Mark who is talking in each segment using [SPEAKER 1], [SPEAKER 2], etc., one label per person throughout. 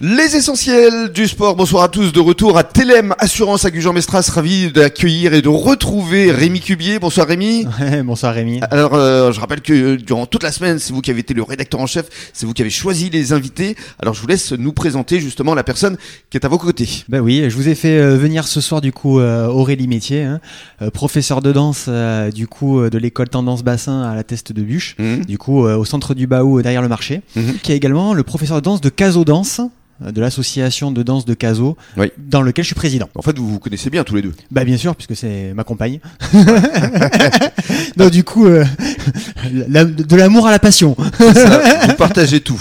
[SPEAKER 1] Les essentiels du sport, bonsoir à tous, de retour à Telem Assurance à Gujan-Mestras, ravi d'accueillir et de retrouver Rémi Cubier. Bonsoir Rémi.
[SPEAKER 2] Ouais, bonsoir Rémi.
[SPEAKER 1] Alors euh, je rappelle que euh, durant toute la semaine, c'est vous qui avez été le rédacteur en chef, c'est vous qui avez choisi les invités. Alors je vous laisse nous présenter justement la personne qui est à vos côtés.
[SPEAKER 2] Bah oui, je vous ai fait euh, venir ce soir du coup euh, Aurélie Métier, hein, euh, professeur de danse euh, du coup euh, de l'école Tendance Bassin à la Teste de Bûche,
[SPEAKER 1] Mhm.
[SPEAKER 2] du coup euh, au centre du Baou euh, derrière le marché,
[SPEAKER 1] Mhm.
[SPEAKER 2] qui est également le professeur de danse de Caso Danse euh, de l'association de danse de Caso,
[SPEAKER 1] Oui.
[SPEAKER 2] dans lequel je suis président.
[SPEAKER 1] En fait, vous vous connaissez bien tous les deux.
[SPEAKER 2] Bah bien sûr, puisque c'est ma compagne. Donc du coup, euh, la- de l'amour à la passion.
[SPEAKER 1] Ça, vous partagez tout.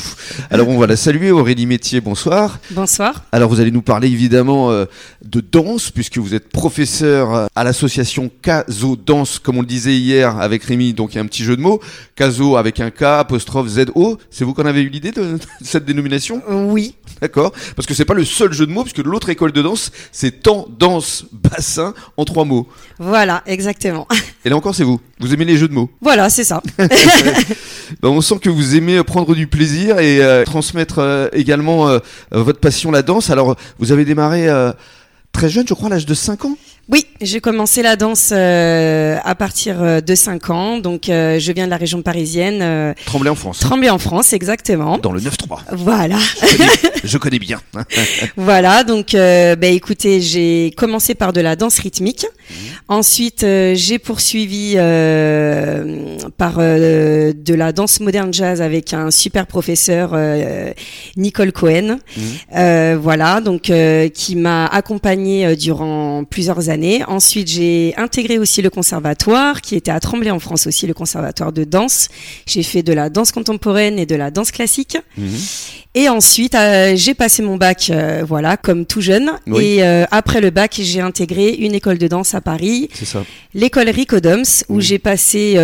[SPEAKER 1] Alors on va la saluer, Aurélie Métier, bonsoir.
[SPEAKER 3] Bonsoir.
[SPEAKER 1] Alors vous allez nous parler évidemment euh, de danse puisque vous êtes professeur euh, à l'association Caso Danse comme on le disait hier avec Rémi donc il y a un petit jeu de mots Caso avec un K apostrophe Z O c'est vous qu'on avez eu l'idée de, de cette dénomination
[SPEAKER 3] Oui.
[SPEAKER 1] d'accord parce que c'est pas le seul jeu de mots puisque l'autre école de danse c'est tendance bassin en trois mots
[SPEAKER 3] Voilà, exactement.
[SPEAKER 1] et là encore c'est vous vous aimez les jeux de mots
[SPEAKER 3] Voilà, c'est ça.
[SPEAKER 1] Ben, on sent que vous aimez euh, prendre du plaisir et euh, transmettre euh, également euh, euh, votre passion la danse alors vous avez démarré euh, très jeune je crois à l'âge de 5 ans
[SPEAKER 3] Oui, j'ai commencé la danse euh, à partir euh, de 5 ans. Donc, euh, je viens de la région parisienne, euh,
[SPEAKER 1] Tremblay en France.
[SPEAKER 3] Tremblay en France, exactement.
[SPEAKER 1] Dans le 9-3.
[SPEAKER 3] Voilà,
[SPEAKER 1] Je connais- Je connais bien. hein.
[SPEAKER 3] voilà. Donc, euh, bah, écoutez, j'ai commencé par de la danse rythmique. Ensuite, euh, j'ai poursuivi euh, par euh, de la danse moderne jazz avec un super professeur, euh, Nicole Cohen.
[SPEAKER 1] Mhm.
[SPEAKER 3] Euh, voilà, donc euh, qui m'a accompagnée euh, durant plusieurs années. Ensuite, j'ai intégré aussi le conservatoire, qui était à Tremblay en France aussi, le conservatoire de danse. J'ai fait de la danse contemporaine et de la danse classique.
[SPEAKER 1] Mhm,
[SPEAKER 3] Et ensuite, euh, j'ai passé mon bac, euh, voilà, comme tout jeune.
[SPEAKER 1] Oui.
[SPEAKER 3] Et euh, après le bac, j'ai intégré une école de danse à Paris,
[SPEAKER 1] C'est ça.
[SPEAKER 3] l'école Ricodoms, où
[SPEAKER 1] Oui.
[SPEAKER 3] j'ai passé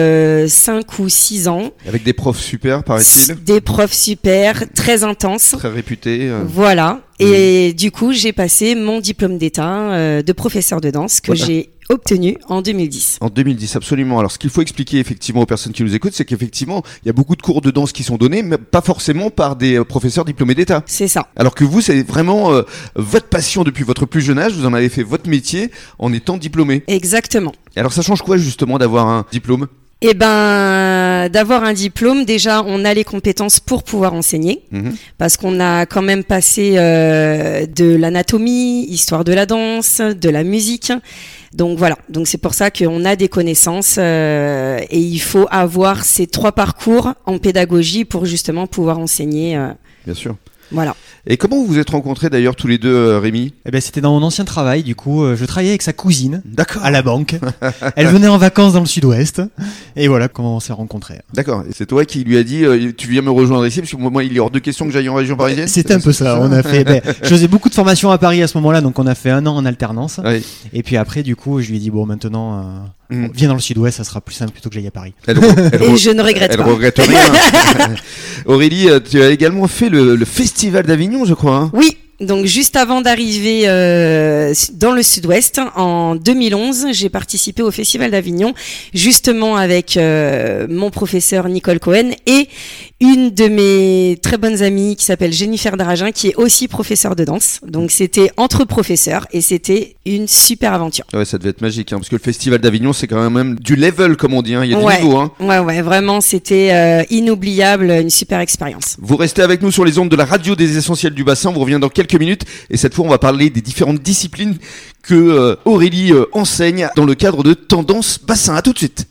[SPEAKER 3] 5 ou 6 ans.
[SPEAKER 1] Avec des profs super, paraît-il.
[SPEAKER 3] Des profs super, très intenses.
[SPEAKER 1] Très réputés. euh.
[SPEAKER 3] Voilà. Et du coup, j'ai passé mon diplôme d'État euh, de professeur de danse que
[SPEAKER 1] Voilà.
[SPEAKER 3] j'ai obtenu en 2010.
[SPEAKER 1] En 2010, absolument. Alors, ce qu'il faut expliquer effectivement aux personnes qui nous écoutent, c'est qu'effectivement, il y a beaucoup de cours de danse qui sont donnés, mais pas forcément par des euh, professeurs diplômés d'État.
[SPEAKER 3] C'est ça.
[SPEAKER 1] Alors que vous, c'est vraiment euh, votre passion depuis votre plus jeune âge. Vous en avez fait votre métier en étant diplômé.
[SPEAKER 3] Exactement.
[SPEAKER 1] Et alors, ça change quoi justement d'avoir un diplôme
[SPEAKER 3] Eh ben, d'avoir un diplôme, déjà, on a les compétences pour pouvoir enseigner,
[SPEAKER 1] Mhm.
[SPEAKER 3] parce qu'on a quand même passé euh, de l'anatomie, histoire de la danse, de la musique. Donc voilà, donc c'est pour ça qu'on a des connaissances euh, et il faut avoir ces trois parcours en pédagogie pour justement pouvoir enseigner. euh,
[SPEAKER 1] Bien sûr.
[SPEAKER 3] voilà.
[SPEAKER 1] Et comment vous vous êtes rencontrés d'ailleurs tous les deux, euh, Rémi
[SPEAKER 2] Eh ben, c'était dans mon ancien travail, du coup, euh, je travaillais avec sa cousine.
[SPEAKER 1] D'accord.
[SPEAKER 2] à la banque. Elle venait en vacances dans le sud-ouest. Et voilà comment on s'est rencontrés.
[SPEAKER 1] D'accord. Et c'est toi qui lui a dit euh, tu viens me rejoindre ici parce que moi il est hors de question que j'aille en région parisienne.
[SPEAKER 2] Euh, C'était un peu ça. On a fait. ben, je faisais beaucoup de formations à Paris à ce moment-là, donc on a fait un an en alternance.
[SPEAKER 1] Oui.
[SPEAKER 2] Et puis après, du coup, je lui ai dit bon, maintenant, euh,
[SPEAKER 1] Mm.
[SPEAKER 2] bon, viens dans le sud-ouest, ça sera plus simple plutôt que j'aille à Paris.
[SPEAKER 1] Elle, re- elle
[SPEAKER 3] Et
[SPEAKER 1] re-
[SPEAKER 3] je ne regrette
[SPEAKER 1] elle
[SPEAKER 3] pas.
[SPEAKER 1] regrette rien. Aurélie, euh, tu as également fait le, le festival d'Avignon, je crois. hein
[SPEAKER 3] Oui, donc juste avant d'arriver euh, dans le sud-ouest, en 2011, j'ai participé au Festival d'Avignon, justement avec euh, mon professeur Nicole Cohen et une de mes très bonnes amies qui s'appelle Jennifer Daragin, qui est aussi professeure de danse. Donc c'était entre professeurs et c'était une super aventure.
[SPEAKER 1] Ouais, ça devait être magique, hein, parce que le festival d'Avignon, c'est quand même du level, comme on dit. hein, Il y a
[SPEAKER 3] Ouais.
[SPEAKER 1] du niveau. hein.
[SPEAKER 3] Ouais, ouais, vraiment, c'était euh, inoubliable, une super expérience.
[SPEAKER 1] Vous restez avec nous sur les ondes de la radio des essentiels du bassin. On vous revient dans quelques minutes. Et cette fois, on va parler des différentes disciplines que euh, Aurélie euh, enseigne dans le cadre de Tendance Bassin. À tout de suite.